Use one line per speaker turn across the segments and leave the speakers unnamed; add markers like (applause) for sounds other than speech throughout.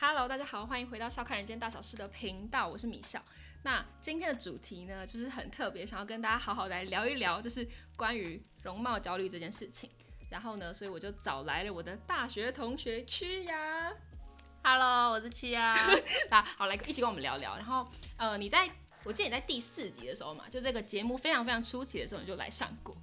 Hello，大家好，欢迎回到笑看人间大小事的频道，我是米笑。那今天的主题呢，就是很特别，想要跟大家好好来聊一聊，就是关于容貌焦虑这件事情。然后呢，所以我就找来了我的大学同学屈呀，
Hello，我是七呀。
那好来一起跟我们聊聊。然后呃，你在我记得你在第四集的时候嘛，就这个节目非常非常初期的时候，你就来上过，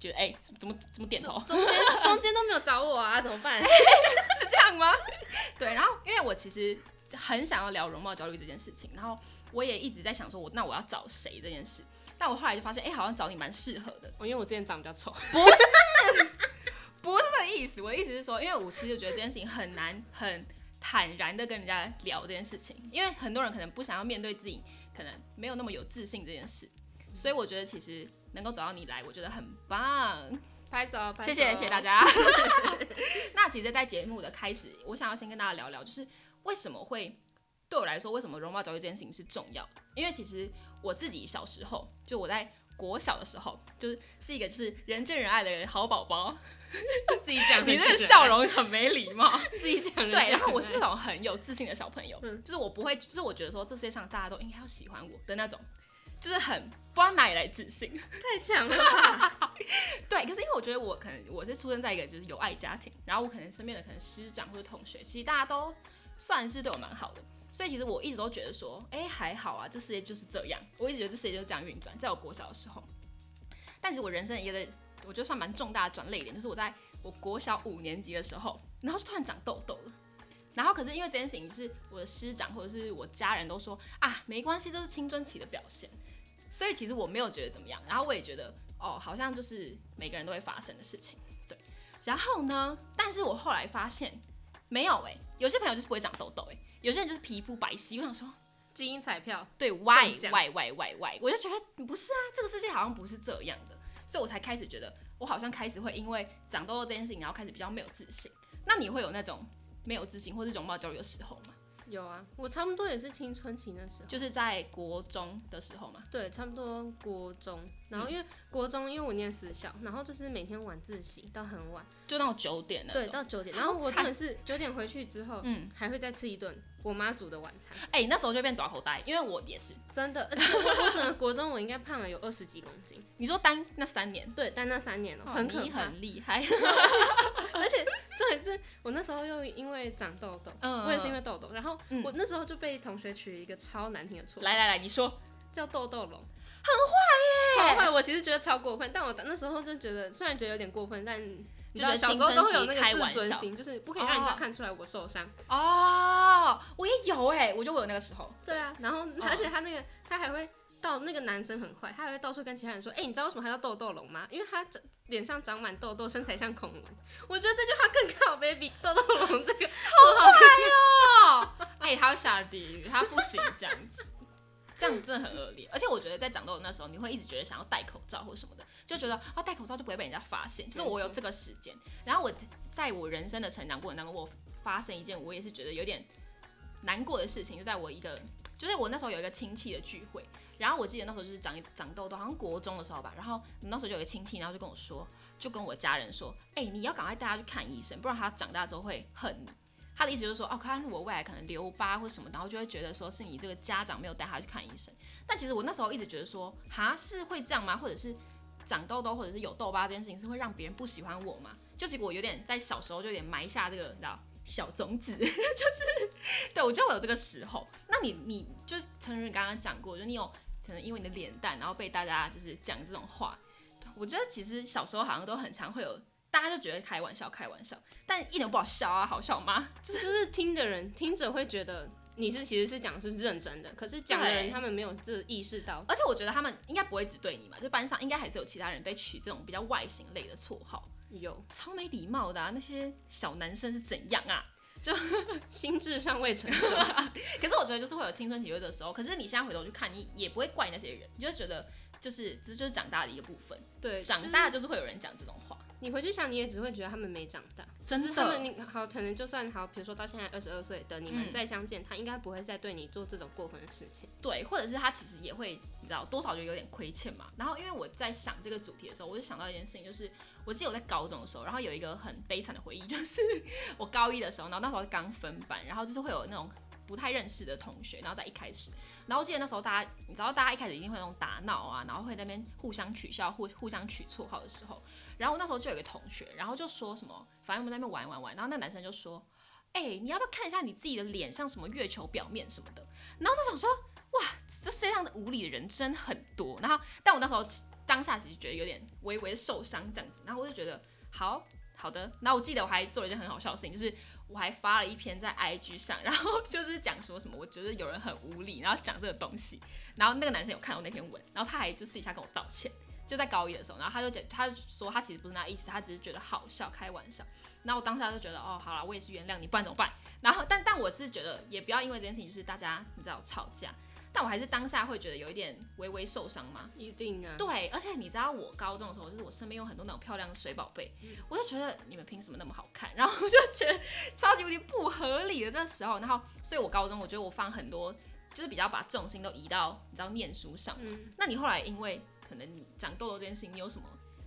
觉得哎、怎么怎么点头？
中间中间都没有找我啊，怎么
(laughs)
办？
是这样吗？ (laughs) 对，然后因为我其实很想要聊容貌焦虑这件事情，然后我也一直在想说我，那我要找谁这件事。但我后来就发现，哎、好像找你蛮适合的，
(laughs) 我因为我之前长得比较丑，
不是这个意思。我的意思是说，因为我其实觉得这件事情很 (laughs) 难，很坦然的跟人家聊这件事情，因为很多人可能不想要面对自己，可能没有那么有自信这件事。所以我觉得其实能够找到你来，我觉得很棒。
拍手，拍手
谢谢谢谢大。 (laughs) 家。那其实，在节目的开始，我想要先跟大家聊聊，就是为什么会对我来说，为什么容貌焦虑这件事情是重要的？因为其实我自己小时候，就我在国小的时候，就是是一个就是人见人爱的好宝 (laughs) 宝。
自己讲，
你这个笑，容很没礼貌。
自己讲。
(laughs) 对，然后我是那种很有自信的小朋友，
嗯
就是我不会，就是我觉得说这世界上大家都应该要喜欢我的那种，就是很不知道哪里来自信。
太强 (laughs) 了吧，
对，可是因为我觉得我可能我是出生在一个就是有爱家庭，然后我可能身边的可能师长或者同学，其实大家都算是对我蛮好的，所以其实我一直都觉得说，哎、还好啊，这世界就是这样，我一直觉得这世界就是这样运转，在我国小的时候，但是我人生也在，我觉得算蛮重大的转捩点，就是我在我国小五年级的时候，然后就突然长痘痘了。然后，可是因为这件事情，就是我的师长或者是我家人都说啊，没关系，这是青春期的表现。所以其实我没有觉得怎么样，然后我也觉得哦，好像就是每个人都会发生的事情，对。然后呢，但是我后来发现没有哎、有些朋友就是不会长痘痘哎、有些人就是皮肤白皙。我想说，
基因彩票，
对，why
中奖
why why why why，我就觉得不是啊，这个世界好像不是这样的，所以我才开始觉得我好像开始会因为长痘痘这件事情，然后开始比较没有自信。那你会有那种没有自信或是容貌焦虑的时候吗？
有啊，我差不多也是青春期那时候。
就是在国中的时候吗？
对，差不多国中，然后因为国中，因为我念私校，然后就是每天晚自习到很晚，
就那种九点那
对，
种，
到九点，
好
然后我
惨
真的是九点回去之后，
嗯。
还会再吃一顿我妈煮的晚餐，
哎、那时候就变短口袋，因为我也是。
(laughs) 真的，而且我我整个国中我应该胖了有二十几公斤，
你说单那三年，
对，但那三年哦、
哦
很可
你
怕，
很厉害。
而且重点是我那时候又因为长痘痘，
嗯
我也是因为痘痘，然后
嗯
我那时候就被同学取一个超难听的绰号，
来来来，你说，
叫痘痘龙，很坏耶，超坏。我其实觉得超过分，但我那时候就觉得，虽然觉得有点过分，但你知道
就觉
小
得
时候都会
青
有
春
那
期开
个
玩
自尊
笑
心，就是不可以让人
哦
家看出来我受伤。
哦，我也有哎、我觉得我有那个时候，
对啊，然后
哦
而且他那个他还会。到那个男生很坏，他还会到处跟其他人说：“哎、你知道为什么他叫痘痘龙吗？因为他长脸上长满痘痘，身材像恐龙。”我觉得这句话更靠 baby 痘痘龙这个绰号
哦，哎、他会下地狱，他不行这样子，这样子真的很恶劣。而且我觉得在长痘的那时候，你会一直觉得想要戴口罩或什么的，就觉得啊戴口罩就不会被人家发现。就是我有这个时间，然后我在我人生的成长过程当中，我发生一件我也是觉得有点难过的事情，就在我一个。就是我那时候有一个亲戚的聚会，然后我记得那时候就是长长痘痘，好像国中的时候吧。然后那时候就有个亲戚，然后就跟我说，就跟我家人说，哎、你要赶快带他去看医生，不然他长大之后会恨你。他的意思就是说，哦，看我未来可能留疤或什么，然后就会觉得说是你这个家长没有带他去看医生。但其实我那时候一直觉得说，哈，是会这样吗？或者是长痘痘或者是有痘疤这件事情是会让别人不喜欢我吗？就是我有点在小时候就有点埋下这个，你知道。小种子 (laughs) 就是，对我觉得我有这个时候。那你你就是陈如你刚刚讲过，就你有可能因为你的脸蛋，然后被大家就是讲这种话。我觉得其实小时候好像都很常会有，大家就觉得开玩笑开玩笑，但一点都不好笑啊，好笑吗？
就是听的人听者会觉得你是其实是讲的是认真的，可是讲的
对
人他们没有这意识到。
而且我觉得他们应该不会只对你嘛，就班上应该还是有其他人被取这种比较外形类的绰号，
有
超没礼貌的、啊。那些小男生是怎样啊？
心智尚未成熟，
可是我觉得就是会有青春期会的时候，可是你现在回头去看，你也不会怪那些人，你就会觉得就是这就是长大的一个部分，
对，
长
就是
大就是会有人讲这种话。
你回去想，你也只会觉得他们没长大。
真
就是他
的
们，你好，可能就算好，比如说到现在二十二岁的你
嗯
们再相见，他应该不会再对你做这种过分的事情。
对，或者是他其实也会，你知道多少就有点亏欠嘛。然后因为我在想这个主题的时候，我就想到一件事情，就是我记得我在高中的时候，然后有一个很悲惨的回忆，就是 (laughs) 我高一的时候，然后那时候刚分班，然后就是会有那种不太认识的同学，然后在一开始，然后我记得那时候大家，你知道大家一开始一定会那种打闹啊，然后会在那边互相取笑、互互相取绰号的时候，然后我那时候就有一个同学，然后就说什么，反正我们在那边玩一玩玩，然后那男生就说。哎、你要不要看一下你自己的脸像什么月球表面什么的？然后那种说，这世界上的无理的人真很多。然后，但我那时候当下其实觉得有点微微受伤这样子，然后我就觉得好好的。然后我记得我还做了一件很好笑的事情，就是我还发了一篇在 IG 上，然后就是讲说什么我觉得有人很无理，然后讲这个东西。然后那个男生有看到那篇文，然后他还就私底下跟我道歉。就在高一的时候，然后他就讲，他就说他其实不是那意思，他只是觉得好笑，开玩笑。然后我当下就觉得，哦，好了，我也是原谅你，不然怎么办？然后，但但我是觉得，也不要因为这件事情，就是大家你知道吵架，但我还是当下会觉得有一点微微受伤嘛。
一定啊，
对，而且你知道我高中的时候，就是我身边有很多那种漂亮的水宝贝，我就觉得你们凭什么那么好看？然后我就觉得超级有点不合理的这时候，然后所以我高中我觉得我放很多，就是比较把重心都移到你知道念书上。
嗯，
那你后来因为可能你长痘痘这件事情，你有什么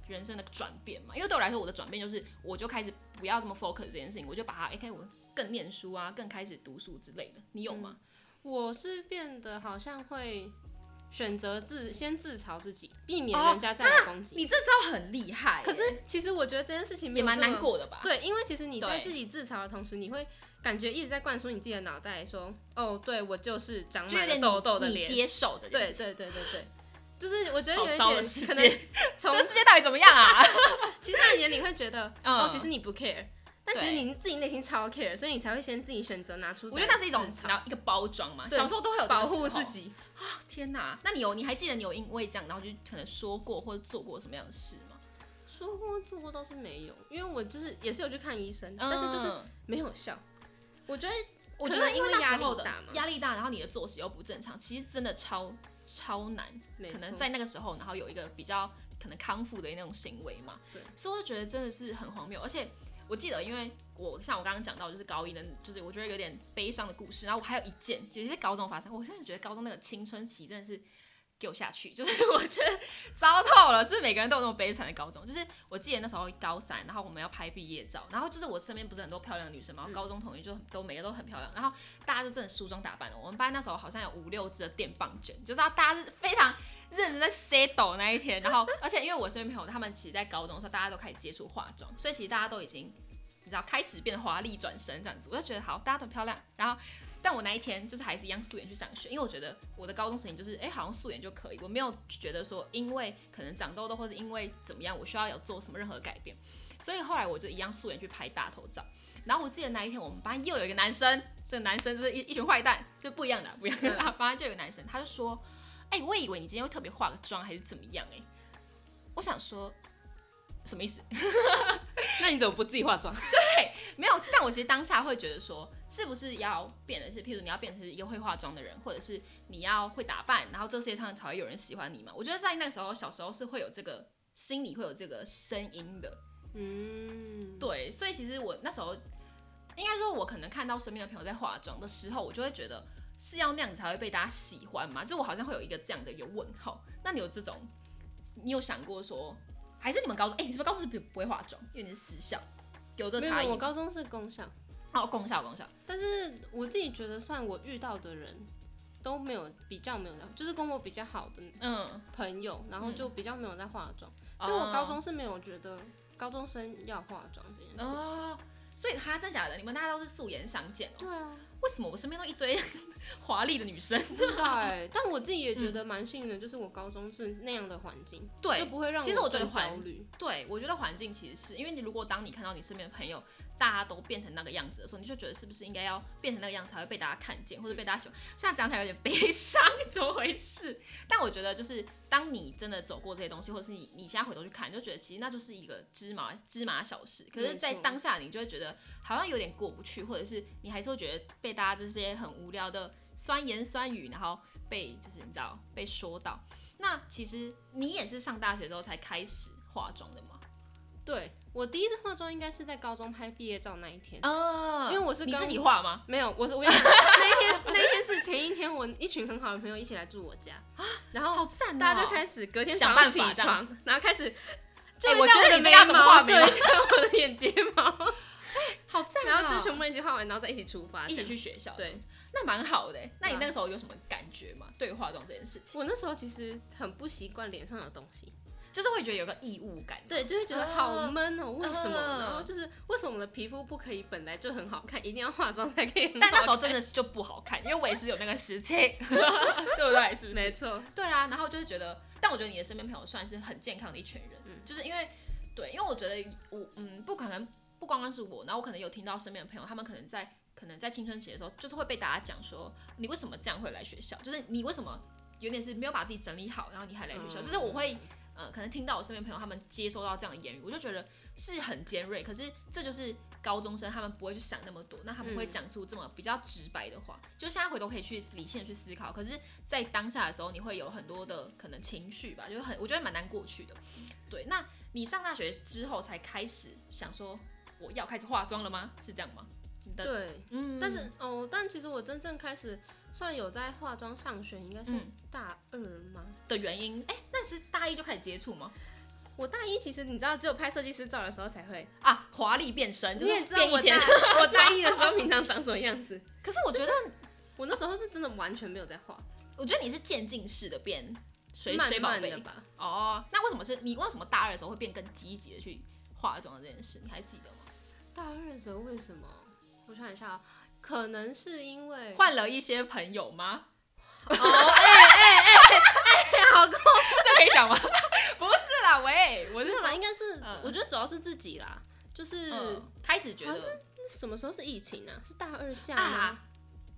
人生的转变吗？因为对我来说，我的转变就是我就开始不要这么 focus 这件事情，我就把它哎，看我更念书啊，更开始读书之类的。你有吗？
我是变得好像会选择自先自嘲自己，避免
哦
人家再啊来攻击。
这招很厉害
可是其实我觉得这件事情
也
没有
蛮
这么
难过的吧？
对，因为其实你在
对
自己自嘲的同时，你会感觉一直在灌输你自己的脑袋说，哦，对我就是长
就有
满了
点
痘痘的
你
脸。
接受这件
对
事情。
对对对对，就是我觉得有
好
一
糟的
点
世
可能
界，这 (laughs)
从
个世界到底怎么样啊？
其他人眼里会觉得，
嗯
(laughs) 哦，其实你不 care，但其实
对
你自己内心超 care，所以你才会先自己选择拿出。
我觉得那是一种
自嘲
然后一个包装嘛，
对
小时候都会有这个
保护
时候
自。己。
天哪，那你有你还记得你有因为这样，然后就可能说过或者做过什么样的事吗？
说过做过倒是没有，因为我就是也是有去看医生，但是就是
嗯
没有效。我觉得
我觉得因为
可能因为
那时候的
压力大嘛
压力大，然后你的作息又不正常，其实真的超超难。
没
可能
错
在那个时候，然后有一个比较可能康复的那种行为嘛，
对，
所以我就觉得真的是很荒谬。而且我记得，因为我像我刚刚讲到，就是高一的，就是我觉得有点悲伤的故事。然后我还有一件，也是高中发生，我真的觉得高中那个青春期真的是给我下去，就是 (laughs) 我觉得糟透了，是不是每个人都有那种悲惨的高中。就是我记得那时候高三，然后我们要拍毕业照，然后就是我身边不是很多漂亮的女
嗯
生嘛，然后高中同学就很都每个都很漂亮，然后大家就真的梳妆打扮了。我们班那时候好像有五六只的电棒卷，就知道大家是非常认真在 say 抖那一天。然后，而且因为我身边朋友他们其实，在高中的时候大家都开始接触化妆，所以其实大家都已经你知道开始变得华丽转身这样子，我就觉得好，大家都很漂亮。然后，但我那一天就是还是一样素颜去上学，因为我觉得我的高中时期就是哎、好像素颜就可以，我没有觉得说因为可能长痘痘或是因为怎么样，我需要有做什么任何改变。所以后来我就一样素颜去拍大头照。然后我记得那一天，我们班又有一个男生，这个男生就是一一群坏蛋，就不一样的，不一样的。反正就有一个男生，他就说：“哎、我以为你今天会特别化个妆还是怎么样、哎，我想说什么意思？
那你怎么不自己化妆？
(laughs) 没有，但我其实当下会觉得说，是不是要变的是，譬如你要变成是一个会化妆的人，或者是你要会打扮，然后这世界上才会有人喜欢你嘛？我觉得在那个时候，小时候是会有这个心里会有这个声音的。
嗯，
对，所以其实我那时候应该说，我可能看到身边的朋友在化妆的时候，我就会觉得是要那样才会被大家喜欢嘛？就我好像会有一个这样的有问号。那你有这种，你有想过说，还是你们高中？哎、你是不是高中是不不会化妆，因为你是私校，有这
没有
差异
没有我
吗？
高中是工校，
哦，共校共校，
但是我自己觉得算我遇到的人都没有比较没有在，就是跟我比较好的
嗯，
朋友，然后
嗯
就比较没有在化妆，
哦
所以我高中是没有觉得高中生要化妆这件事情。
哦，所以他真假的，你们大家都是素颜相见哦？
对啊，
为什么我身边都一堆 (laughs) 华丽的女生？
不知道哎、但我自己也觉得蛮幸运的，就是我高中是那样的环境，
对
就不会让
其实我觉得
更焦
环
虑，
对，我觉得环境其实是因为你，如果当你看到你身边的朋友大家都变成那个样子的时候，你就觉得是不是应该要变成那个样子才会被大家看见，或者被大家喜
嗯
欢。现在讲起来有点悲伤， (laughs) 怎么回事？但我觉得就是当你真的走过这些东西，或者是你你现在回头去看，你就觉得其实那就是一个芝麻芝麻小事。可是，
没
在
错
当下你就会觉得好像有点过不去，或者是你还是会觉得被大家这些很无聊的酸言酸语，然后被就是你知道被说到。那其实你也是上大学之后才开始化妆的吗？
对我第一次化妆应该是在高中拍毕业照那一天，
啊
因为我是
你
跟
自己画吗？
没有，我是我跟你讲，那一天那一天是前一天，我一群很好的朋友一起来住我家，然后
好赞哦
大家就开始隔天
想
早
办
上
法
嗯起
这样
床，然后开始
哎
就
我
一下
觉得
的
你这个要
眉
怎么画
毛，
眉
就
毛
一下我的哦眼睫 (laughs) 毛，
好赞哦
然后就全部人一起画完，然后再一起出发。
一起
这样，
去学校，
对，
那蛮好的欸。那你
对啊
那个时候有什么感觉吗？对于化妆这件事情，
我那时候其实很不习惯脸上的东西，
就是会觉得有个异物感。
对，就会觉得
啊
好闷哦、为什么？
啊
然后就是为什么我的皮肤不可以本来就很好看，一定要化妆才可以很好看？
但那时候
(laughs)
真的是就不好看，因为我也是有那个时期，对不对？是不
没
是？
错，
对啊，然后就会觉得，但我觉得你的身边朋友算是很健康的一群人，
嗯
就是因为对，因为我觉得我嗯，不可能不光光是我，然后我可能有听到身边的朋友，他们可能在可能在青春期的时候，就是会被大家讲说，你为什么这样会来学校？就是你为什么有点是没有把自己整理好，然后你还来学校？
嗯
就是我会。呃，可能听到我身边朋友他们接收到这样的言语，我就觉得是很尖锐。可是这就是高中生，他们不会去想那么多，那他们会
嗯
讲出这么比较直白的话。就现在回头可以去理性的去思考，可是，在当下的时候，你会有很多的可能情绪吧，就是很我觉得蛮难过去的。对，那你上大学之后才开始想说我要开始化妆了吗？是这样吗？你的
对。
嗯
但是哦，但其实我真正开始算有在化妆上学，应该是
嗯
大二吗？
的原因，哎、那是大一就开始接触吗？
我大一其实你知道，只有拍设计师照的时候才会。
啊，华丽变身，就
你
是
也知道
变一
我
天
大。 (laughs) 我大一的时候平常长什么样子，
可是我觉得，
(laughs) 我那时候是真的完全没有在化，
我觉得你是渐进式的变水
慢
水宝
慢的
贝
吧。
哦。那为什么是你为什么大二的时候会变更积极的去化妆这件事？你还记得吗？
大二的时候为什么？我想一下、哦，可能是因为
换了一些朋友吗？
(laughs) 哦，哎哎哎哎，好过
这可以讲吗？ (laughs) 不是啦，喂，我
分
是
了，
说，
应该是、
嗯
我觉得主要是自己啦，就是、
嗯，开始觉
好像
得
那什么时候是疫情啊？是大二下吗？
啊，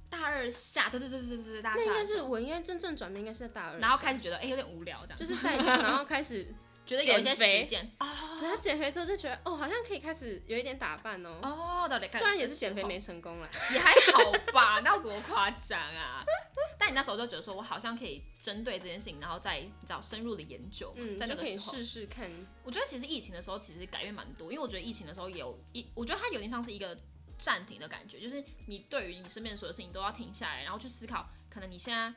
大二下，对对对对对对，大二
那
下
应
的
该
时
是
候，
我应该真正转变应该是在大二，
然后开始觉得哎有点无聊这样，
就是在家，然后开 (laughs) 始，
觉得有一些
减肥
时间
然后减肥之后就觉得哦，好像可以开始有一点打扮哦。
哦，到底
虽然也是减肥没成功啦，
也还好吧，那有多夸张啊？ (laughs) 但你那时候就觉得说我好像可以针对这件事情，然后再你知道深入的研究嘛，
嗯，
在
就
那
可
个
以
时候，
试试看。
我觉得其实疫情的时候其实改变蛮多，因为我觉得疫情的时候也有一，我觉得它有点像是一个暂停的感觉，就是你对于你身边的所有事情都要停下来，然后去思考，可能你现在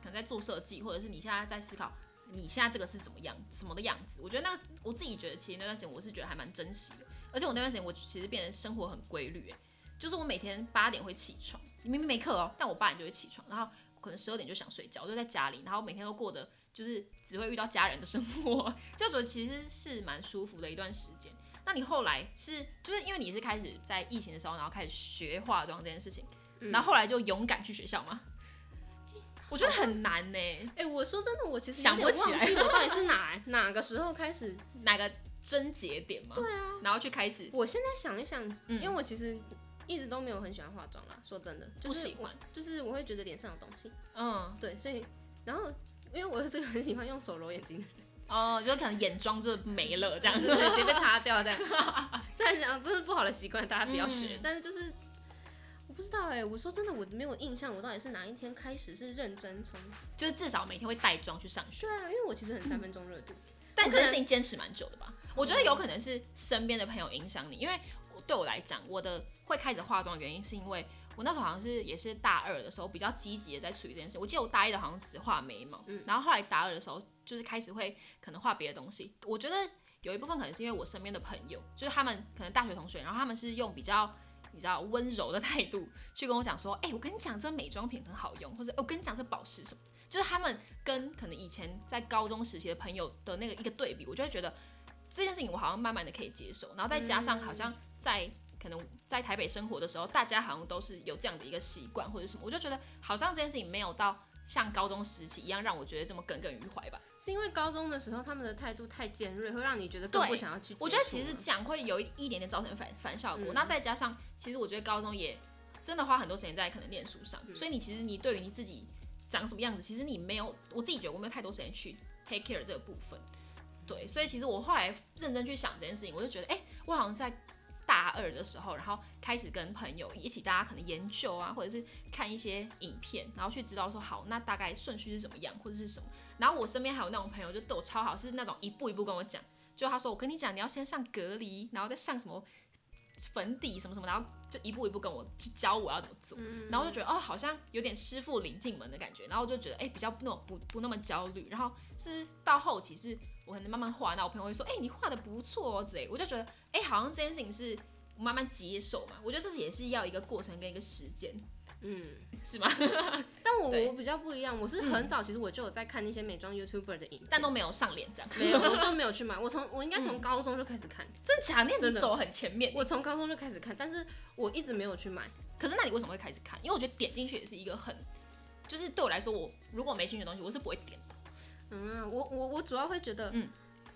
可能在做设计，或者是你现在在思考你现在这个是怎么样什么的样子。我觉得那我自己觉得，其实那段时间我是觉得还蛮珍惜的，而且我那段时间我其实变得生活很规律、欸，就是我每天八点会起床，明明没课哦，但我八点就会起床，然后可能十二点就想睡觉，我就在家里，然后每天都过得就是只会遇到家人的生活，就觉得其实是蛮舒服的一段时间。那你后来是就是因为你是开始在疫情的时候，然后开始学化妆这件事情，
嗯
然后后来就勇敢去学校吗？我觉得很难呢、
哎、我说真的，我其实
想
有点
不起来
忘记我到底是哪哪个时候开始。
哪个症结点吗？对啊，然后去开始
我现在想一想，
嗯
因为我其实一直都没有很喜欢化妆啦。说真的，就
不
是
喜
我
欢，
就是我会觉得脸上有东西，
嗯，
对，所以然后因为我又是个很喜欢用手揉眼睛的人
哦，就可能眼妆就没了这样
对对，直接被擦掉这样。虽然讲这是不好的习惯，大家不要学，
嗯
但是就是我不知道哎、我说真的，我没有印象，我到底是哪一天开始是认真从
就是至少每天会带妆去上学。
对啊，因为我其实很三分钟热度，
但
我
这
可能
件事情坚持蛮久的吧？我觉得有可能是身边的朋友影响你，因为我对我来讲，我的会开始化妆的原因是因为我那时候好像是也是大二的时候比较积极的在处理这件事。我记得我大一的好像只画眉毛，
嗯
然后后来大二的时候就是开始会可能画别的东西。我觉得有一部分可能是因为我身边的朋友，就是他们可能大学同学，然后他们是用比较。你知道温柔的态度去跟我讲说，哎、我跟你讲这美妆品很好用，或者、哎我跟你讲这保湿什么，就是他们跟可能以前在高中时期的朋友的那个一个对比，我就会觉得这件事情我好像慢慢的可以接受，然后再加上好像在可能在台北生活的时候，大家好像都是有这样的一个习惯或者什么，我就觉得好像这件事情没有到像高中时期一样让我觉得这么耿耿于怀吧。
是因为高中的时候他们的态度太尖锐，会让你觉得更
对
不想要去接触了。
我觉得其实这样会有一一点点造成反反效果。
嗯
那再加上，其实我觉得高中也真的花很多时间在可能念书上，
嗯
所以你其实你对于你自己长什么样子，其实你没有，我自己觉得我没有太多时间去 take care 这个部分。对，所以其实我后来认真去想这件事情，我就觉得，哎、我好像是在大二的时候，然后开始跟朋友一起，大家可能研究啊，或者是看一些影片，然后去知道说，好，那大概顺序是怎么样，或者是什么。然后我身边还有那种朋友，就对我超好，是那种一步一步跟我讲。就他说我跟你讲，你要先上隔离，然后再上什么粉底什么什么，然后就一步一步跟我去教我要怎么做。
嗯
然后我就觉得哦，好像有点师傅领进门的感觉，然后我就觉得哎、比较不那么不不那么焦虑。然后是到后期是我可能慢慢画，那我朋友会说哎、你画的不错哦之类，我就觉得哎、好像这件事情是我慢慢接受嘛。我觉得这也是要一个过程跟一个时间，
嗯，
是吗？
但我
对嗯
我比较不一样，我是很早其实我就有在看那些美妆 YouTuber 的影片，
但都嗯没有上脸这样。
没有，我就没
(laughs)
有去买。我从我应该从高中就开始看，
真假？那
真
你
的
走很前面。
我从高中就开始看，但是我一直没有去买。
可是那你为什么会开始看？因为我觉得点进去也是一个很，就是对我来说，我如果没兴趣的东西，我是不会点的。
嗯，我我我主要会觉得，
嗯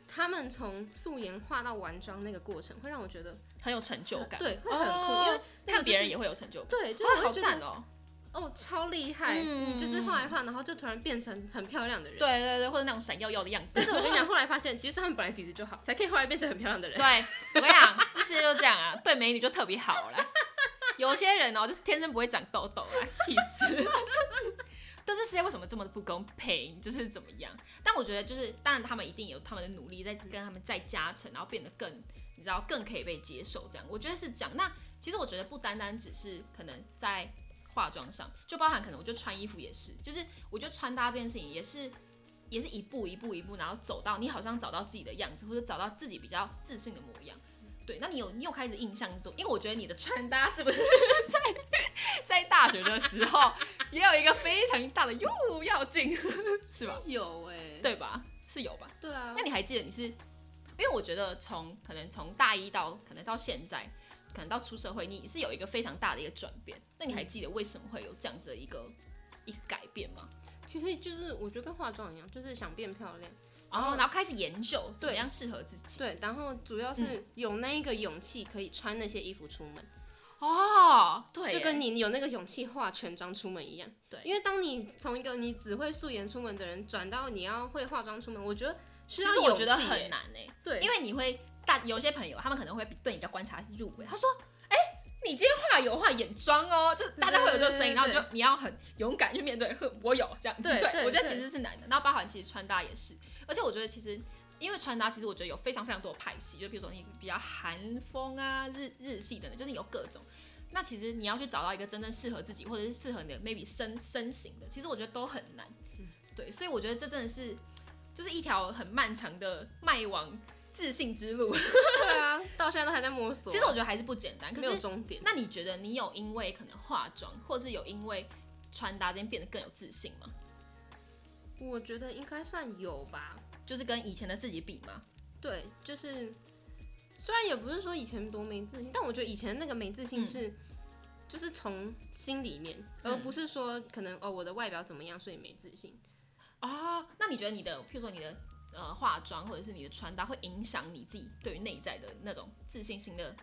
他们从素颜化到完妆那个过程，会让我觉得
很有成就感，
对，会很酷，因为那个
看别人
就是
也会有成就感。
对，就
哇
是我
好
会觉得
赞哦！
哦，超厉害，
嗯
你就是画一画，然后就突然变成很漂亮的人。
对对对，或者那种闪耀耀的样子。
(laughs) 但是我跟你讲，后来发现其实是他们本来底子就好，才可以后来变成很漂亮的人。
对，我跟你讲，知识就这样啊，对美女就特别好啦。有些人哦，就是天生不会长痘痘啊，气死！就是，但这世界为什么这么不公平？就是怎么样？但我觉得，就是当然他们一定有他们的努力，在跟他们再加成，然后变得更，你知道，更可以被接受。这样，我觉得是这样。那其实我觉得不单单只是可能在化妆上，就包含可能我就穿衣服也是，就是我觉得穿搭这件事情也是也是一步一步一步，然后走到你好像找到自己的样子，或者找到自己比较自信的模样。对，那你有你有开始印象中，因为我觉得你的穿搭是不 (laughs) 是在在大学的时候也有一个非常大的又要进，是吧？
(laughs) 有哎、对
对吧？是有吧？
对啊
那，你还记得你是？因为我觉得从可能从大一到可能到现在，可能到出社会，你是有一个非常大的一个转变。那你还记得为什么会有这样子的一个一个改变吗？
其实就是我觉得跟化妆一样，就是想变漂亮。
然后然后开始研究怎么
对
样适合自己。
对，然后主要是有那一个勇气可以穿那些衣服出门，
哦，对耶，
就跟你有那个勇气化全妆出门一样。
对
因为当你从一个你只会素颜出门的人，转到你要会化妆出门，我觉得
其
需要
实
勇气、欸
我觉得很。难哎、
对，
因为你会大有些朋友他们可能会对你的观察入微，他说：“哎、你今天画有画眼妆哦。”就是大家会有这个声音，
对对对对
然后就你要很勇敢去面对，哼我有这样。
对对
我觉得
对
其实是难的。然后包含其实穿搭也是，而且我觉得其实。因为穿搭，其实我觉得有非常非常多的派系，就比如说你比较韩风啊、日日系等等，就是有各种。那其实你要去找到一个真正适合自己，或者是适合你的 maybe 身身形的，其实我觉得都很难。对，所以我觉得这真的是就是一条很漫长的迈往自信之路。
(laughs) 对啊，到现在都还在摸索。
其实我觉得还是不简单。可
没有
是，
终点。
那你觉得你有因为可能化妆，或是有因为穿搭这件变得更有自信吗？
我觉得应该算有吧。
就是跟以前的自己比吗？
对，就是虽然也不是说以前多没自信，但我觉得以前那个没自信
嗯
是、就是从心里面，
嗯
而不是说可能哦我的外表怎么样，所以没自信。
啊，那你觉得你的，譬如说你的呃化妆或者是你的穿搭，会影响你自己对于内在的那种自信心的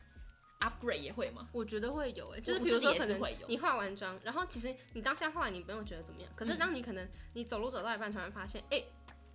upgrade 也会吗？
我觉得会有诶、欸就
我
是
我
比如
自己
说
也
可
是
能
会有
你化完妆，然后其实你当下化完，你没有觉得怎么样，
嗯
可是当你可能你走路走到一半，突然发现，哎、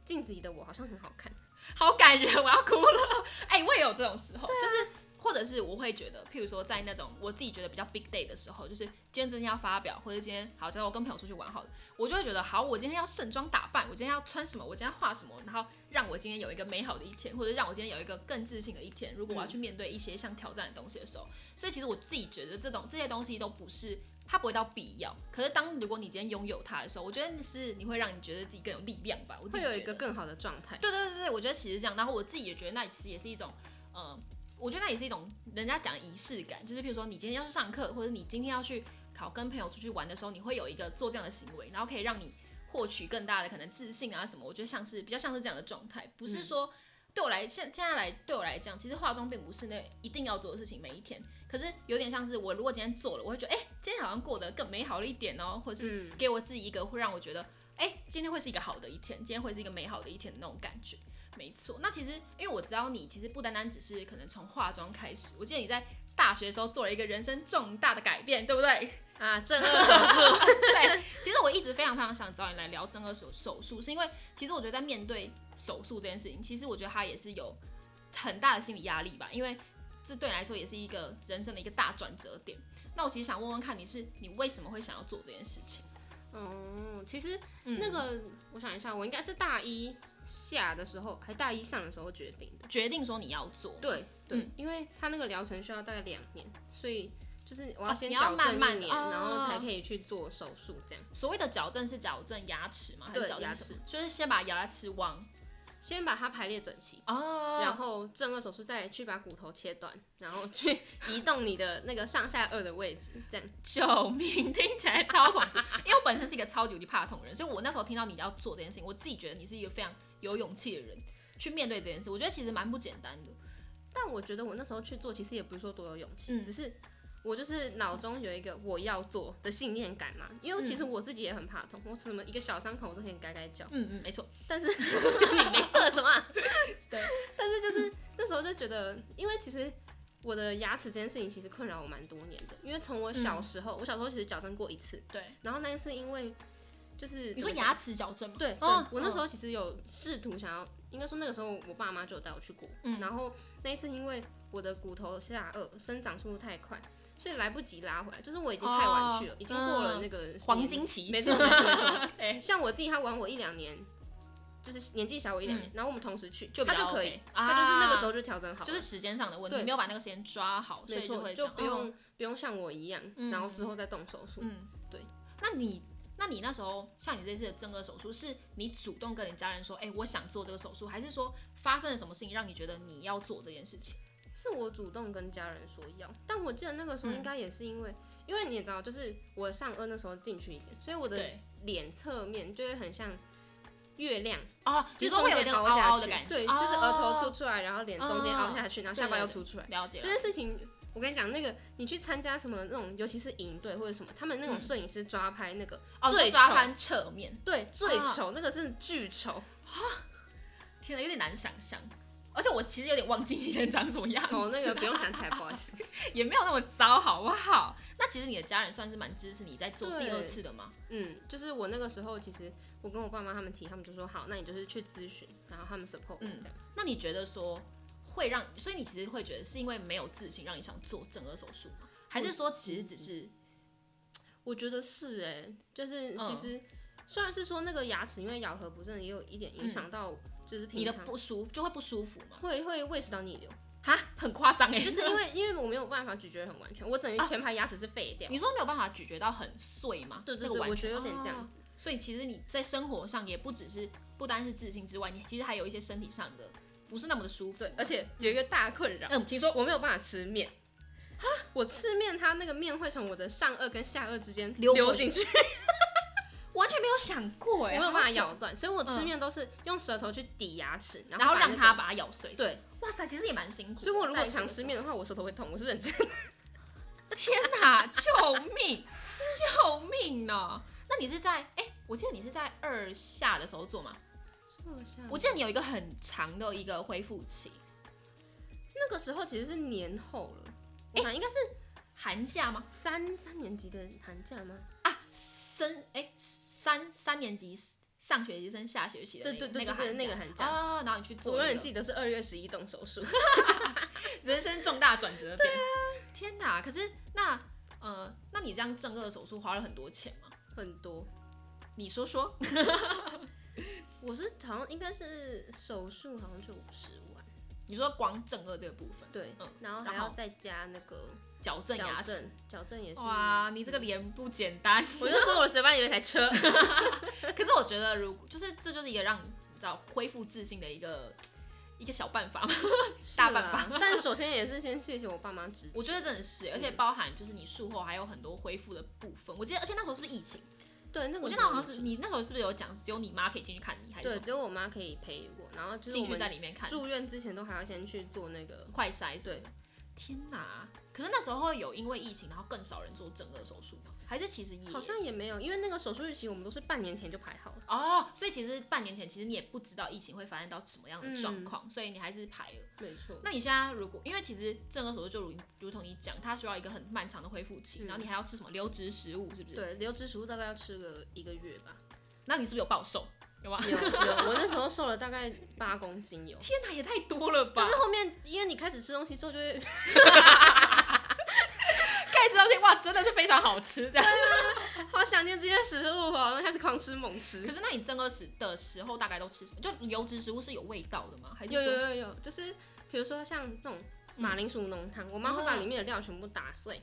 镜子里的我好像很好看，
好感人，我要哭了。哎、我也有这种时
啊
候，就是或者是我会觉得，譬如说在那种我自己觉得比较 big day 的时候，就是今天真的要发表，或者今天好，假如我跟朋友出去玩好了，我就会觉得好，我今天要盛装打扮，我今天要穿什么，我今天要画什么，然后让我今天有一个美好的一天，或者让我今天有一个更自信的一天。如果我
嗯
要去面对一些像挑战的东西的时候，所以其实我自己觉得这种这些东西都不是。它不会到必要，可是当如果你今天拥有它的时候，我觉得是你会让你觉得自己更有力量吧。我自
会
己
有一
觉
个
得
更好的状态。
对对对对，我觉得其实这样，然后我自己也觉得那其实也是一种，呃，我觉得那也是一种人家讲仪式感，就是譬如说你今天要去上课，或者你今天要去考跟朋友出去玩的时候，你会有一个做这样的行为，然后可以让你获取更大的可能自信啊什么。我觉得像是比较像是这样的状态，不是说。对我来现现在来对我来讲，其实化妆并不是那一定要做的事情，每一天。可是有点像是我如果今天做了，我会觉得哎、今天好像过得更美好了一点哦，或者是
嗯，
给我自己一个会让我觉得，哎、今天会是一个好的一天，今天会是一个美好的一天的那种感觉。没错，那其实因为我知道你其实不单单只是可能从化妆开始，我记得你在大学的时候做了一个人生重大的改变，对不对？(laughs)
啊，正颚手术，
对，其实我一直非常非常想找你来聊正颌手手术，是因为其实我觉得在面对手术这件事情，其实我觉得它也是有很大的心理压力吧，因为这对你来说也是一个人生的一个大转折点。那我其实想问问看，你是你为什么会想要做这件事情？
嗯，其实
嗯
那个，我想一下，我应该是大一下的时候，还大一上的时候决定的。
决定说你要做，
对对、
嗯
因为他那个疗程需要大概两年，所以就是我
哦
要先
你要
矫
慢
正一
慢
年，
哦
然后才可以去做手术这样。
所谓的矫正是矫正牙齿吗？还是
对
矫正
牙
什么？就是先把牙齿往
先把它排列整齐，
哦
然后正颚手术再去把骨头切断，然后去移动你的那个上下颚的位置，这样。
救命，听起来超恐怖。因为我本身是一个超级无敌怕痛的人，所以我那时候听到你要做这件事情，我自己觉得你是一个非常有勇气的人去面对这件事，我觉得其实蛮不简单的。
但我觉得我那时候去做，其实也不是说多有勇气，
嗯
只是我就是脑中有一个我要做的信念感嘛。因为其实我自己也很怕痛，我什么一个小伤口我都可以改改脚，
嗯嗯，没错。
但是 (laughs) 你没做什么啊、
对，
但是就是那时候就觉得，因为其实。我的牙齿这件事情其实困扰我蛮多年的，因为从我
嗯
小时候，我小时候其实矫正过一次，
对，
然后那一次因为就是
你说
怎么讲
牙齿矫正吗？
对，对
哦
我那
嗯
时候其实有试图想要，应该说那个时候我爸妈就有带我去过，
嗯
然后那一次因为我的骨头下颚生长速度太快，所以来不及拉回来，就是我已经太晚去了，
哦
已经过了那个
黄
年
金期，
没错
(laughs)
没错没错
哎、
像我弟他晚我一两年，就是年纪小我一两年，然后我们同时去，
嗯就比
他
较
就可以，
OK
他就是那个时
候
候就调整好了，
就是时间上的问题，
对
没有把那个时间抓好，所
没
以就
错，
会哦
就
这样
不用、不用像我一样，
嗯
然后之后再动手术，
嗯，
对。
那你，那你那时候像你这次的正颌手术，是你主动跟你家人说，哎、我想做这个手术，还是说发生了什么事情让你觉得你要做这件事情？
是我主动跟家人说要，但我记得那个时
嗯
候应该也是因为，因为你也知道，就是我上颚那时候进去一点，所以我的
对，
脸侧面就会很像月亮，
哦，你
就
说
中
会有
间
点
凹
凹
下
凹
去，
的感觉，
对，就是额头凸
哦
出来，然后脸中间凹下去，然后下巴又凸出来。
了解
这
了，
件事情，我跟你讲，那个你去参加什么那种，尤其是营队或者什么，他们那种摄影师抓拍那个，
哦，
最
就抓
丑
翻侧面，
对，最
啊
丑，那个是
(laughs)
巨丑。
天哪，有点难想象。而且我其实有点忘记以前长什么样子，
哦，那个不用想起来，不好意思。
(laughs) 也没有那么糟，好不好？那其实你的家人算是蛮支持你在做第二
对
次的吗？ (laughs)
嗯，就是我那个时候，其实我跟我爸妈他们提，他们就说好，那你就是去咨询，然后他们 support 我
嗯
这样。
那你觉得说会让，所以你其实会觉得是因为没有自信让你想做整个手术吗？还是说其实只是
我觉得是哎、就是
嗯
其实、虽然是说那个牙齿因为咬合不正，也有一点影响到，就是
你
平
的
常
不舒就会不舒服吗？
会会胃食道逆流，
哈，很夸张 (laughs) 哎，
就是因 (laughs) 为因为我没有办法咀嚼得很完全，我等于前排牙齿是废掉。
你说没有办法咀嚼到很碎吗？
对对
那个
对，
完
我
全
觉得有点这
哦
样子。
所以其实你在生活上也不只是不单是自信之外，你其实还有一些身体上的不是那么的舒服。
对，而且有一个大困扰，
嗯，听说
我没有办法吃面。我吃面，它那个面会从我的上颚跟下颚之间
流过
流
去
进去，
完全没有想过
我
哎，
没有办
好
法
扯，
咬断，所以我吃
嗯
面都是用舌头去抵牙齿，
然后
把
让
那
它
个
把它咬碎。
对。
哇塞，其实也蛮辛苦的。
所以我如果
在这个
常吃
时候
面的话，我舌头会痛，我是认真。
(laughs) 天哪！救命！救命呢？那你是在哎、我记得你是在二下的时候做吗？
嗯
我记得你有一个很长的一个恢复期，
那个时候其实是年后了，我想应该是
寒假吗？
三三年级的寒假吗？
啊，升哎、三三年级上学期升下学期的
对
那
对
个
对对对，那个寒假。
啊、哦，然后你去做
我
那
永
个、
远记得是二月十一动手术，
人生重大转折点。啊天哪！可是那呃，那你这样正颚手术花了很多钱吗？
很多。
你说说。
我是好像应该是手术好像就五十万，
你说光正颚这个部分，
对
嗯，
然后还
然后
要再加那个
矫正牙
矫
齿，
正，矫正也是。 (laughs)
哇，你这个脸不简单。
我就说我的嘴巴里有一台 (laughs) 车，
可是我觉得如，就是这就是一个让你知道恢复自信的一个一个小办法嘛。大办法
是啊啦。但是首先也是先谢谢我爸妈支持。
我觉得真的是，而且包含就是你术后还有很多恢复的部分。我记得，而且那时候是不是疫情？
对那个
我记得好像是你那时候是不是有讲，只有你妈可以进去看你，还是
对，
什么
只有我妈可以陪我，然后就是
进
我
去在
们
里面看
住院之前都还要先去做那个
快筛什么的？天哪！可是那时候有因为疫情，然后更少人做整个手术吗？还是其实也
好像也没有，因为那个手术日期我们都是半年前就排好了。
哦，所以其实半年前其实你也不知道疫情会发生到什么样的状
嗯
况，所以你还是排了。
没错，
那你现在如果因为其实正颌手术就如如同你讲，它需要一个很漫长的恢复期，
嗯
然后你还要吃什么流质食物，是不是？
对，流质食物大概要吃个一个月吧。
那你是不是有暴瘦？有吗？ (laughs)
有有，我那时候瘦了大概八公斤 (laughs) 有。
天哪，也太多了吧
但！是后面因为你开始吃东西之后，就会
开始到现哇，真的是非常好吃这样。
(laughs) 好想念这些食物哦，然后开始狂吃猛吃
可。是那你正二时的时候大概都吃什么？就油脂食物是有味道的吗？还是
有有
说
有有，就是比如说像那种马铃薯浓汤，我妈会把里面的料全部打碎，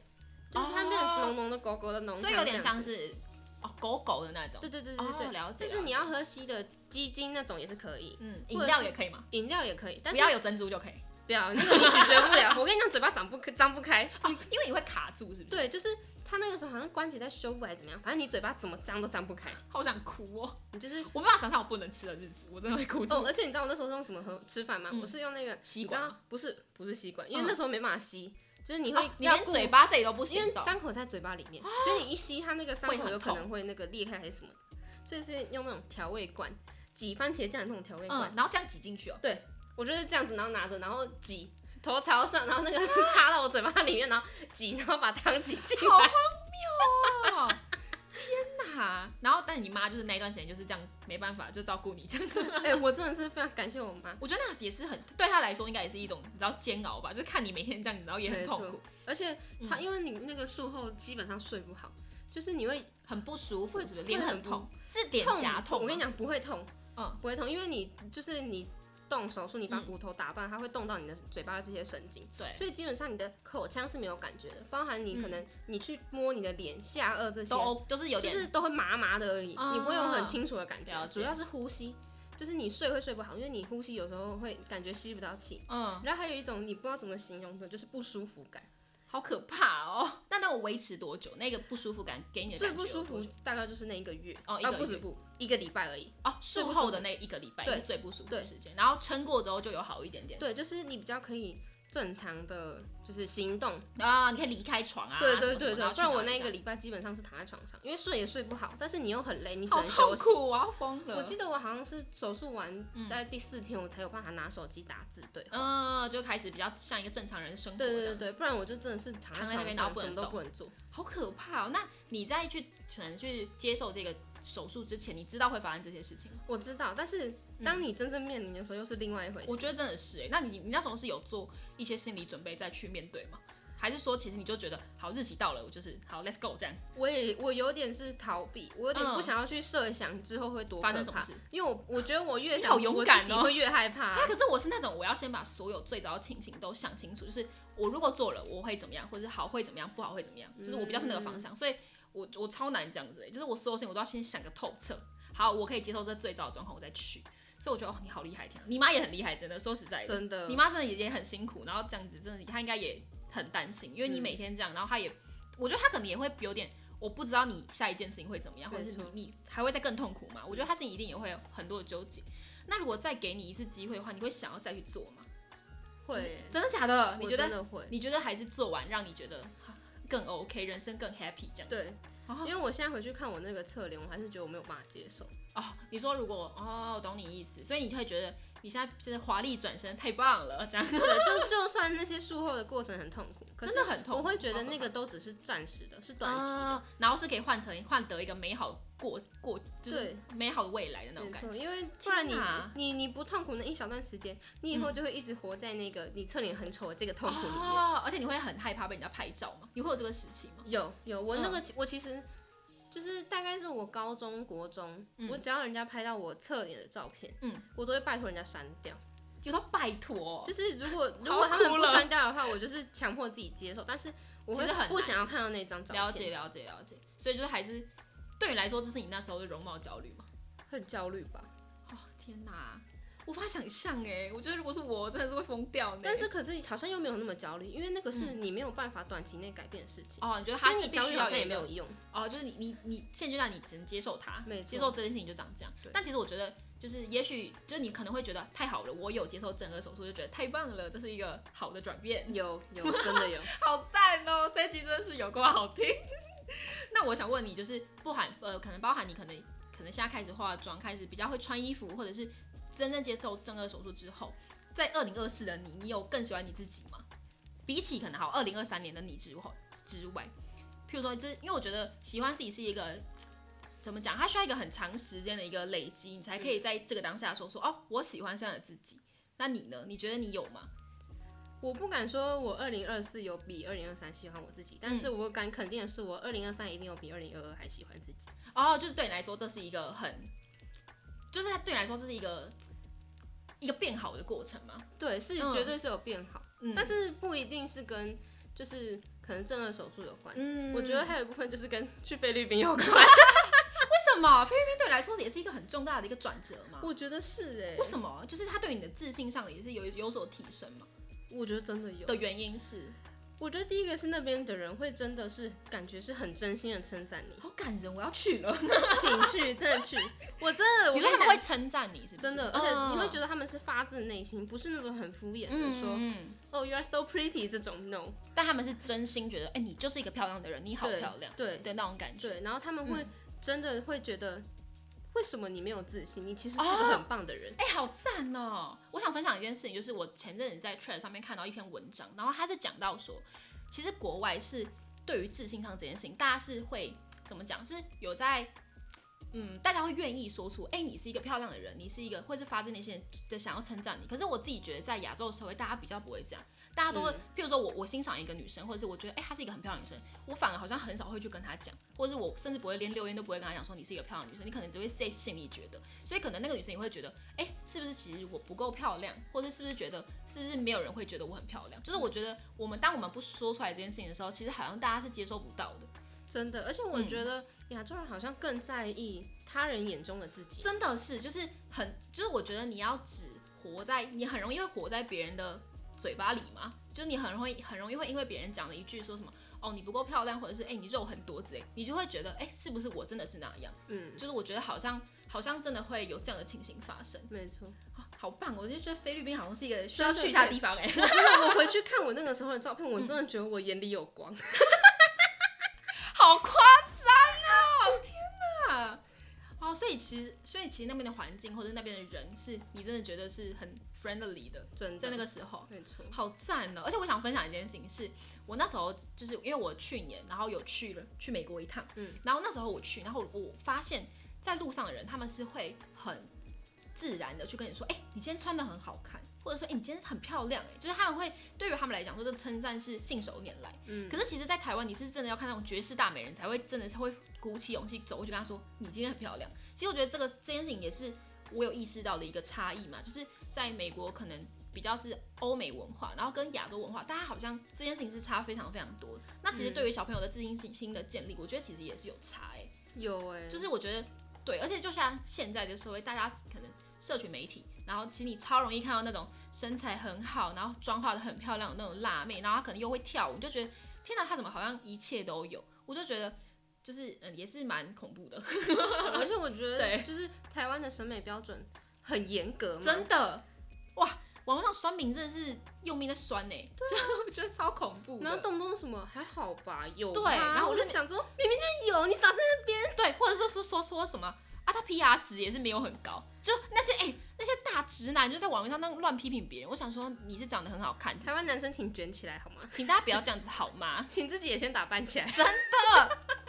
就是它变得浓浓的、狗狗的浓汤
所
这样子，
以有点像是哦狗狗的那种。
对对对对对
哦，了解。
就是你
了
要喝稀的鸡精那种也是可以
解，嗯，
或
饮
者
料
是
也可以吗？
饮料也可以，但
不
是
要有珍珠就可以
不要那个你咀嚼不 (laughs) 了，我跟你讲，嘴巴张不张不开。
哦，因为你会卡住，是不是？，
对，就是他那个时候好像关节在修复还是怎么样，反正你嘴巴怎么张都张不开，
好想哭哦，
你就是
我没办法想象我不能吃的日子，我真的会哭出
哦。
来。
而且你知道我那时候是用什么喝吃饭吗？
嗯
我是用那个
吸
你知
管
道
吗，
不是不是吸管，因为
嗯
那时候没办法吸，就是你
你啊
会
你
要
连
顾
嘴巴这里都不
因
行
为
的哦。
伤口在嘴巴里面， (gasps) 所以你一吸它那个伤
会
口
很
有可
痛
能会那个裂开还是什么的，所以是用那种调味罐挤番茄酱的那种调味罐，
嗯，然后这样挤进
(laughs)
去哦。
我就是这样子，然后拿着，然后挤。头朝上，然后那个 (laughs) 插到我嘴巴里面，然后挤，然后把汤挤进
好
来。
哦，天哪！然后，但你妈就是那一段时间就是这样，没办法，就照顾你这样。
哎、我真的是非常感谢我妈，
我觉得那也是很对她来说，应该也是一种你知道煎熬吧，就是看你每天这样，你知道也很
没错
痛苦，
而且她、
嗯
因为你那个术后基本上睡不好，就是你会
很不舒服，
会
是不是？
会
脸很
很不
痛，是脸颊痛。啊
我跟你
讲，
讲，不会痛，
嗯，
不会痛，因为你就是你动手术，你把骨头打断，它会动到你的嘴巴的这些神经，
对，嗯
所以基本上你的口腔是没有感觉的，包含你可能你去摸你的脸、下颚这些
都，O，就是有
就
点
是都会麻麻的而已，
啊
你不会有很清楚的感
了
觉。
解
主要是呼吸，就是你睡会睡不好，因为你呼吸有时候会感觉吸不到气。
嗯，
然后还有一种你不知道怎么形容的，就是不舒服感。
好可怕哦。
(laughs)
那那我维持多久？那个不舒服感给你的
最
感觉
不
有
舒
多
服
久
大概就是那一个月，
哦
啊
一个
不止
月
不一个礼拜而已。
哦，
最不
术
舒服
后的那一个礼拜
对
是最不舒服的
对
时间，然后撑过之后就有好一点点。
对，就是你比较可以正常的，就是行动。
啊，你可以离开床啊，
嗯对
什么
对
什么然
对对，
后
不
去
然
哪
我
里
那一
这
个
样
礼拜基本上是躺在床上，因为睡也睡不好，但是你又很累，你只
好
能休
痛 (laughs)
息。
苦，我要疯了。
我记得我好像是手术完大概第四天，我才有办法拿手机打字。对，
嗯，就开始比较像一个正常人的生活。
对对对，对，不然我就真的是躺
躺在那
在床
边然
上
后不
什
能
么都
动
不能做。
好可怕哦。那你在去可能去接受这个手术之前，你知道会发生这些事情吗？
我知道，但是当
嗯
你真正面临的时候，又是另外一回事。
我觉得真的是哎，那你你那时候是有做一些心理准备再去面对吗？还是说其实你就觉得好日期到了，我就是好 let's go 这样，
我也我有点是逃避，我有点
嗯
不想要去设想之后会多
发
可
生什么
怕
事？
因为我我觉得我越
你
想，
好勇敢
我自己
哦
会越害怕
(laughs)
啊、
那可是我是那种我要先把所有最糟的情形都想清楚，就是我如果做了我会怎么样，或是好会怎么样，不好会怎么样，就是我比较是那个方向，所以我我超难这样子的，欸就是我所有事情我都要先想个透彻，好，我可以接受这最糟的状况，我再去。所以我觉得哦，你好厉害，天、啊，你妈也很厉害，真的，说实在的，
真的
你。妈真的也也很辛苦，然后这样子真的，她应该也很担心，因为你
嗯
每天这样，然后她也，我觉得她可能也会有点。我不知道你下一件事情会怎么样，或
没
者是你
错嗯
你还会再更痛苦吗？我觉得她心里一定也会有很多的纠结。那如果再给你一次机会的话，你会想要再去做吗？
会，
真的假的？你
我
觉
真
得？
的会？
你觉得还是做完让你觉得啊更 OK，人生更 happy 这样？
对，
啊
因为我现在回去看我那个侧脸，我还是觉得我没有办法接
(laughs)
受。
哦，你说如果哦，我懂你意思，所以你会觉得你现在是华丽转身，太棒了，这样
对，就就算那些术后的过程很痛苦，可
真
是
的很痛苦。
我会觉得
好可
那
怕
个都只是暂时的，是短期的。
啊然后是可以换成换得一个美好过过，就是
对，
美好的未来的那种
没
感觉。
错，因为不然你
天哪嗯
你你不痛苦那一小段时间，你以后就会一直活在那个你侧脸很丑的这个痛苦里面。
哦，而且你会很害怕被人家拍照吗？你会有这个时期吗？
有有，我那个、
嗯
我其实就是大概是我高中国中，
嗯
我只要人家拍到我侧脸的照片，
嗯
我都会拜托人家删掉。
有到拜托，哦
就是如果
哭
如果他们不
了
删掉的话，我就是强迫自己接受，但是我会
其实很
不
难
想要
是不是
看到那张照片，
了解了解了解。所以就是还是对你来说，这是你那时候的容貌焦虑吗？
很焦虑吧。
哦，天哪，无法想象哎！我觉得如果是我，真的是会疯掉呢。
但是可是好像又没有那么焦虑，因为那个是你没有办法短期内改变的事情，
嗯哦，你觉得
所
他
以你
必
焦
须
虑
要
好像也
一
没
个 (laughs)
有用。
哦，就是你你你现阶段你只能接受它
没，错
接受这件事情就长这样
对。
但其实我觉得，就是也许就是你可能会觉得太好了，我有接受整个手术就觉得太棒了，这是一个好的转变，
有有真的有，
(laughs) 好赞哦！这一集真的是有够好听。 (laughs) 那我想问你，就是不含呃，可能包含你可能可能现在开始化妆，开始比较会穿衣服，或者是真正接受正颌手术之后，在二零二四的你，你有更喜欢你自己吗？比起可能好二零二三年的你之后之外，譬如说这，因为我觉得喜欢自己是一个怎么讲，它需要一个很长时间的一个累积，你才可以在这个当下说说、哦，我喜欢现在的自己。那你呢？你觉得你有吗？
我不敢说我二零二四有比二零二三喜欢我自己，但是
嗯
我敢肯定的是，我二零二三一定有比二零二二还喜欢自己。
哦，就是对你来说，这是一个很，就是它对你来说，这是一个一个变好的过程嘛。
对，是
嗯
绝对是有变好，
嗯，
但是不一定是跟就是可能正颌手术有关。
嗯
我觉得还有一部分就是跟去菲律宾有关。
为什么菲律宾对你来说也是一个很重大的一个转折嘛？
我觉得是哎、
为什么？啊就是它对你的自信上也是有有所提升嘛？
我觉得真的有
的。原因是
我觉得第一个是那边的人会真的是感觉是很真心的称赞你， (laughs)
好感人，我要去了。
请去，真的去。我真的，我
你说他们
跟讲
会嗯称赞你，是不是？
真的，而且你会觉
得
得他们是发自内心，不是那种很敷衍
嗯
的说“哦、y o u are so pretty” 这种 no。
但他们是真心觉得，哎、你就是一个漂亮的人，你好
对
漂亮，
对
的那种感觉。
对，然后他们会真的会觉得，为什么你没有自信？你其实是个很棒的人。
哎、好赞哦、我想分享一件事情，就是我前阵子在 t r e d 上面看到一篇文章，然后他是讲到说，其实国外是对于自信上这件事情，大家是会怎么讲？是有在。嗯，大家会愿意说出，哎、你是一个漂亮的人，你是一个，或是发自内心的想要称赞你。可是我自己觉得，在亚洲社会，大家比较不会这样，大家都会，
嗯
譬如说我我欣赏一个女生，或者是我觉得，哎、她是一个很漂亮的女生，我反而好像很少会去跟她讲，或者是我甚至不会连留言都不会跟她讲说你是一个漂亮的女生，你可能只会在心里觉得，所以可能那个女生也会觉得，哎、是不是其实我不够漂亮，或者是不是觉得是不是没有人会觉得我很漂亮？就是我觉得我们当我们不说出来这件事情的时候，其实好像大家是接收不到的，
真的，而且我觉得亚洲人好像更在意他人眼中的自己。
真的是就是很就是我觉得你要只活在你很容易会活在别人的嘴巴里嘛，就是你很容易很容易会因为别人讲了一句说什么哦你不够漂亮，或者是哎、你肉很多之类，你就会觉得哎、是不是我真的是那样？
嗯，
就是我觉得好像好像真的会有这样的情形发生。
没错。
啊好棒！我就觉得菲律宾好像是一个需
真
要
的
去一下的地方哎、
真的，我回去看我那个时候的照片，
嗯
我真的觉得我眼里
(laughs)
有光。
好夸张哦！天哪！哦，所以其实，所以其实那边的环境或者那边的人，是你真的觉得是很 friendly 的，
真的，
在那个时候，
没错。
好赞哦！而且我想分享一件事情是，我那时候就是因为我去年，然后有去了去美国一趟，
嗯，
然后那时候我去，然后我发现，在路上的人他们是会很自然的去跟你说，哎、你今天穿的很好看，或者说，哎、你今天很漂亮、哎，就是他们会对于他们来讲说，这称赞是信手拈来。
嗯，
可是其实，在台湾，你是真的要看那种绝世大美人，才会真的是会鼓起勇气走过去跟她说：“你今天很漂亮。”其实我觉得这个这件事情也是我有意识到的一个差异嘛，就是在美国可能比较是欧美文化，然后跟亚洲文化，大家好像这件事情是差非常非常多的。那其实对于
嗯
小朋友的自信心的建立，我觉得其实也是有差哎、
有哎、
就是我觉得对，而且就像现在的社会，大家可能社群媒体，然后其实你超容易看到那种身材很好，然后妆化的很漂亮的那种辣妹，然后她可能又会跳舞，你就觉得天哪，她怎么好像一切都有？我就觉得就是嗯，也是蛮恐怖的，
(laughs)
(laughs)
而且我觉得，
对
就是台湾的审美标准很严格嘛，
真的哇。网络上酸民真的是用命在酸呢、 (laughs) 就我觉得超恐怖的。
然后动不动什么还好吧，有
对
吗
然后我
我
就
就想说，明明就有，你傻在
对，或者说说说说什么啊，他 PR 值也是没有很高，就那些哎、那些大直男就在网络上那种乱批评别人，我想说你是长得很好看，
台湾男生请卷起来好吗？
请大家不要这样子好吗？
请自己也先打扮起来。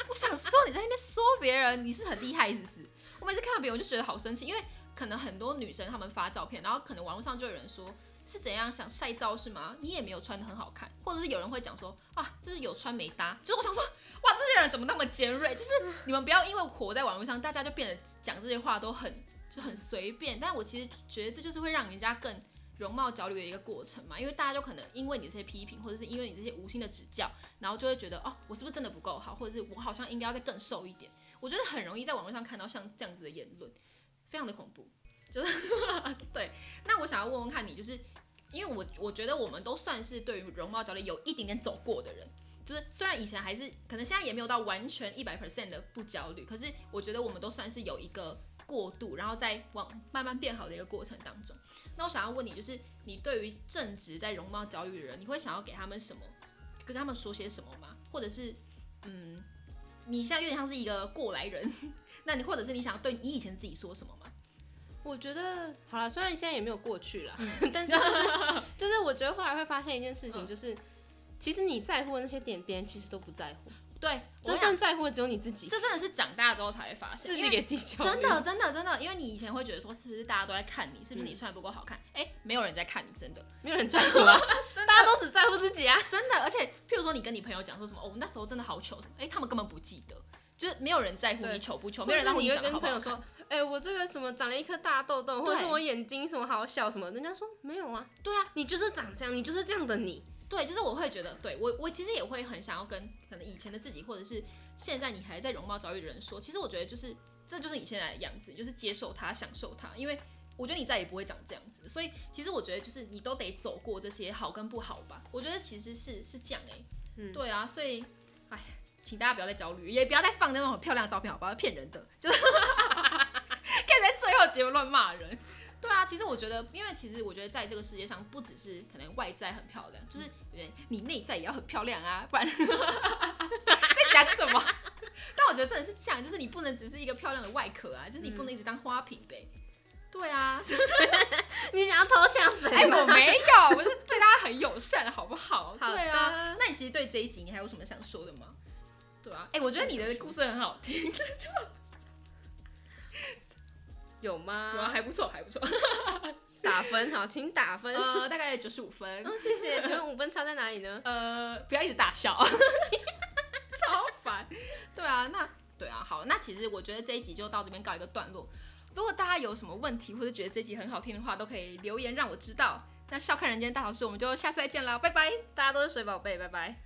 我想说你在那边说别人你是很厉害是不是？我每次看到别人我就觉得好生气，因为可能很多女生她们发照片，然后可能网络上就有人说啊是怎样想晒照是吗？你也没有穿的很好看，或者是有人会讲说啊这是有穿没搭，就是我想说哇这些人怎么那么尖锐？就是你们不要因为活在网络上，大家就变得讲这些话都很就很随便，但我其实觉得这就是会让人家更。容貌焦虑的一个过程嘛，因为大家就可能因为你这些批评，或者是因为你这些无心的指教，然后就会觉得哦，我是不是真的不够好，或者是我好像应该要再更瘦一点。我觉得很容易在网络上看到像这样子的言论，非常的恐怖。就是 (laughs) 对，那我想要问问看你，就是因为我我觉得我们都算是对于容貌焦虑有一点点走过的人，就是虽然以前还是可能现在也没有到完全一百 percent 的不焦虑，可是我觉得我们都算是有一个过渡，然后再往慢慢变好的一个过程当中。那我想要问你，就是你对于正值在容貌焦虑的人，你会想要给他们什么，跟他们说些什么吗？或者是，嗯，你现在有点像是一个过来人， (laughs) 那你或者是你想要对你以前自己说什么吗？
我觉得好了，虽然现在也没有过去啦， (laughs) 但
(laughs)
是就是就是，我觉得后来会发现一件事情，
嗯嗯
就是、其实你在乎的那些点，别人其实都不在乎。
对，
真
我想
正在乎的只有你自己，
这真的是长大之后才会发现，
自
因
己
为
给自己教育
真的，真的真的，因为你以前会觉得说是不是大家都在看你，是不是你
嗯
穿得不够好看？哎、没有人在看你，真的
没有人在乎啊，
真的
大家都只在乎自己 (laughs) 啊。
真的，而且譬如说你跟你朋友讲说什么，哦，我那时候真的好糗，什么哎、他们根本不记得，就是没有人在乎
对
你糗不糗，
或
没有
者
人在
是
乎
你会
长得
跟
好不
朋
好
友
看。
说，哎、我这个什么长了一颗大痘痘，或者是
对
我眼睛什么好小什么，人家说没有啊，
对啊，
你就是长这样，你就是这样的你，
对，就是我会觉得，对我我其实也会很想要跟可能以前的自己，或者是现在你还在容貌焦虑的人说，其实我觉得就是这就是你现在的样子，你就是接受它，享受它，因为我觉得你再也不会长这样子，所以其实我觉得就是你都得走过这些好跟不好吧，我觉得其实是是这样哎、
嗯
对啊，所以哎，请大家不要再焦虑，也不要再放那种很漂亮的照片，好不好？骗人的，就是 (laughs) 看在最后节目乱骂人。对啊，其实我觉得，因为其实我觉得在这个世界上，不只是可能外在很漂亮，就是有点你内在也要很漂亮啊， (laughs) 不然在讲什么？ (laughs) 但我觉得真的是这样，就是你不能只是一个漂亮的外壳啊，就是你不能一直当花瓶呗。对啊，
(laughs) 你想要偷抢谁
哎、
吗？
我没有，我是对大家很友善，好不好？
好的
对啊，那你其实对这一集你还有什么想说的吗？对啊，哎、我觉得你的故事很好听，
有吗？
(laughs) 对啊，还不错，还不错，
打分好，请打分。嗯、
呃，大概九十五分，
谢谢。请问五分差在哪里呢？
呃，不要一直大笑，超烦。对啊，那对啊，好，那其实我觉得这一集就到这边告一个段落。如果大家有什么问题，或者觉得这集很好听的话，都可以留言让我知道。那笑看人间大好事，我们就下次再见啦，拜拜。
大家都是水宝贝，拜拜。